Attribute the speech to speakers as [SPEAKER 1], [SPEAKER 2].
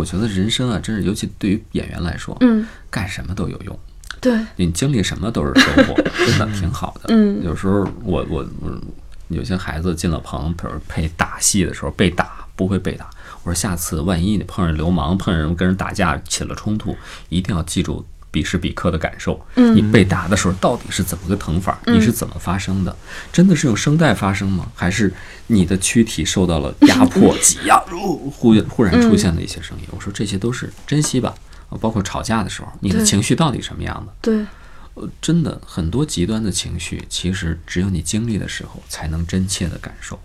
[SPEAKER 1] 我觉得人生啊，真是尤其对于演员来说，
[SPEAKER 2] 嗯，
[SPEAKER 1] 干什么都有用，
[SPEAKER 2] 对，
[SPEAKER 1] 你经历什么都是收 获，真的挺好的。
[SPEAKER 2] 嗯
[SPEAKER 1] 有时候我我我有些孩子进了棚，比如配打戏的时候被打，不会被打。我说下次万一你碰上流氓，碰上人跟人打架起了冲突，一定要记住彼时彼刻的感受。你
[SPEAKER 2] 嗯
[SPEAKER 1] 被打的时候到底是怎么个疼法？你是怎么发生的？真的是用声带发生吗？
[SPEAKER 2] 嗯
[SPEAKER 1] 还是你的躯体受到了压迫、挤压，
[SPEAKER 2] 嗯
[SPEAKER 1] 如忽忽然出现的一些声音？我说这些都是珍惜吧。啊包括吵架的时候，你的
[SPEAKER 2] 对
[SPEAKER 1] 情绪到底什么样的？
[SPEAKER 2] 对，
[SPEAKER 1] 呃，真的很多极端的情绪，其实只有你经历的时候才能真切的感受。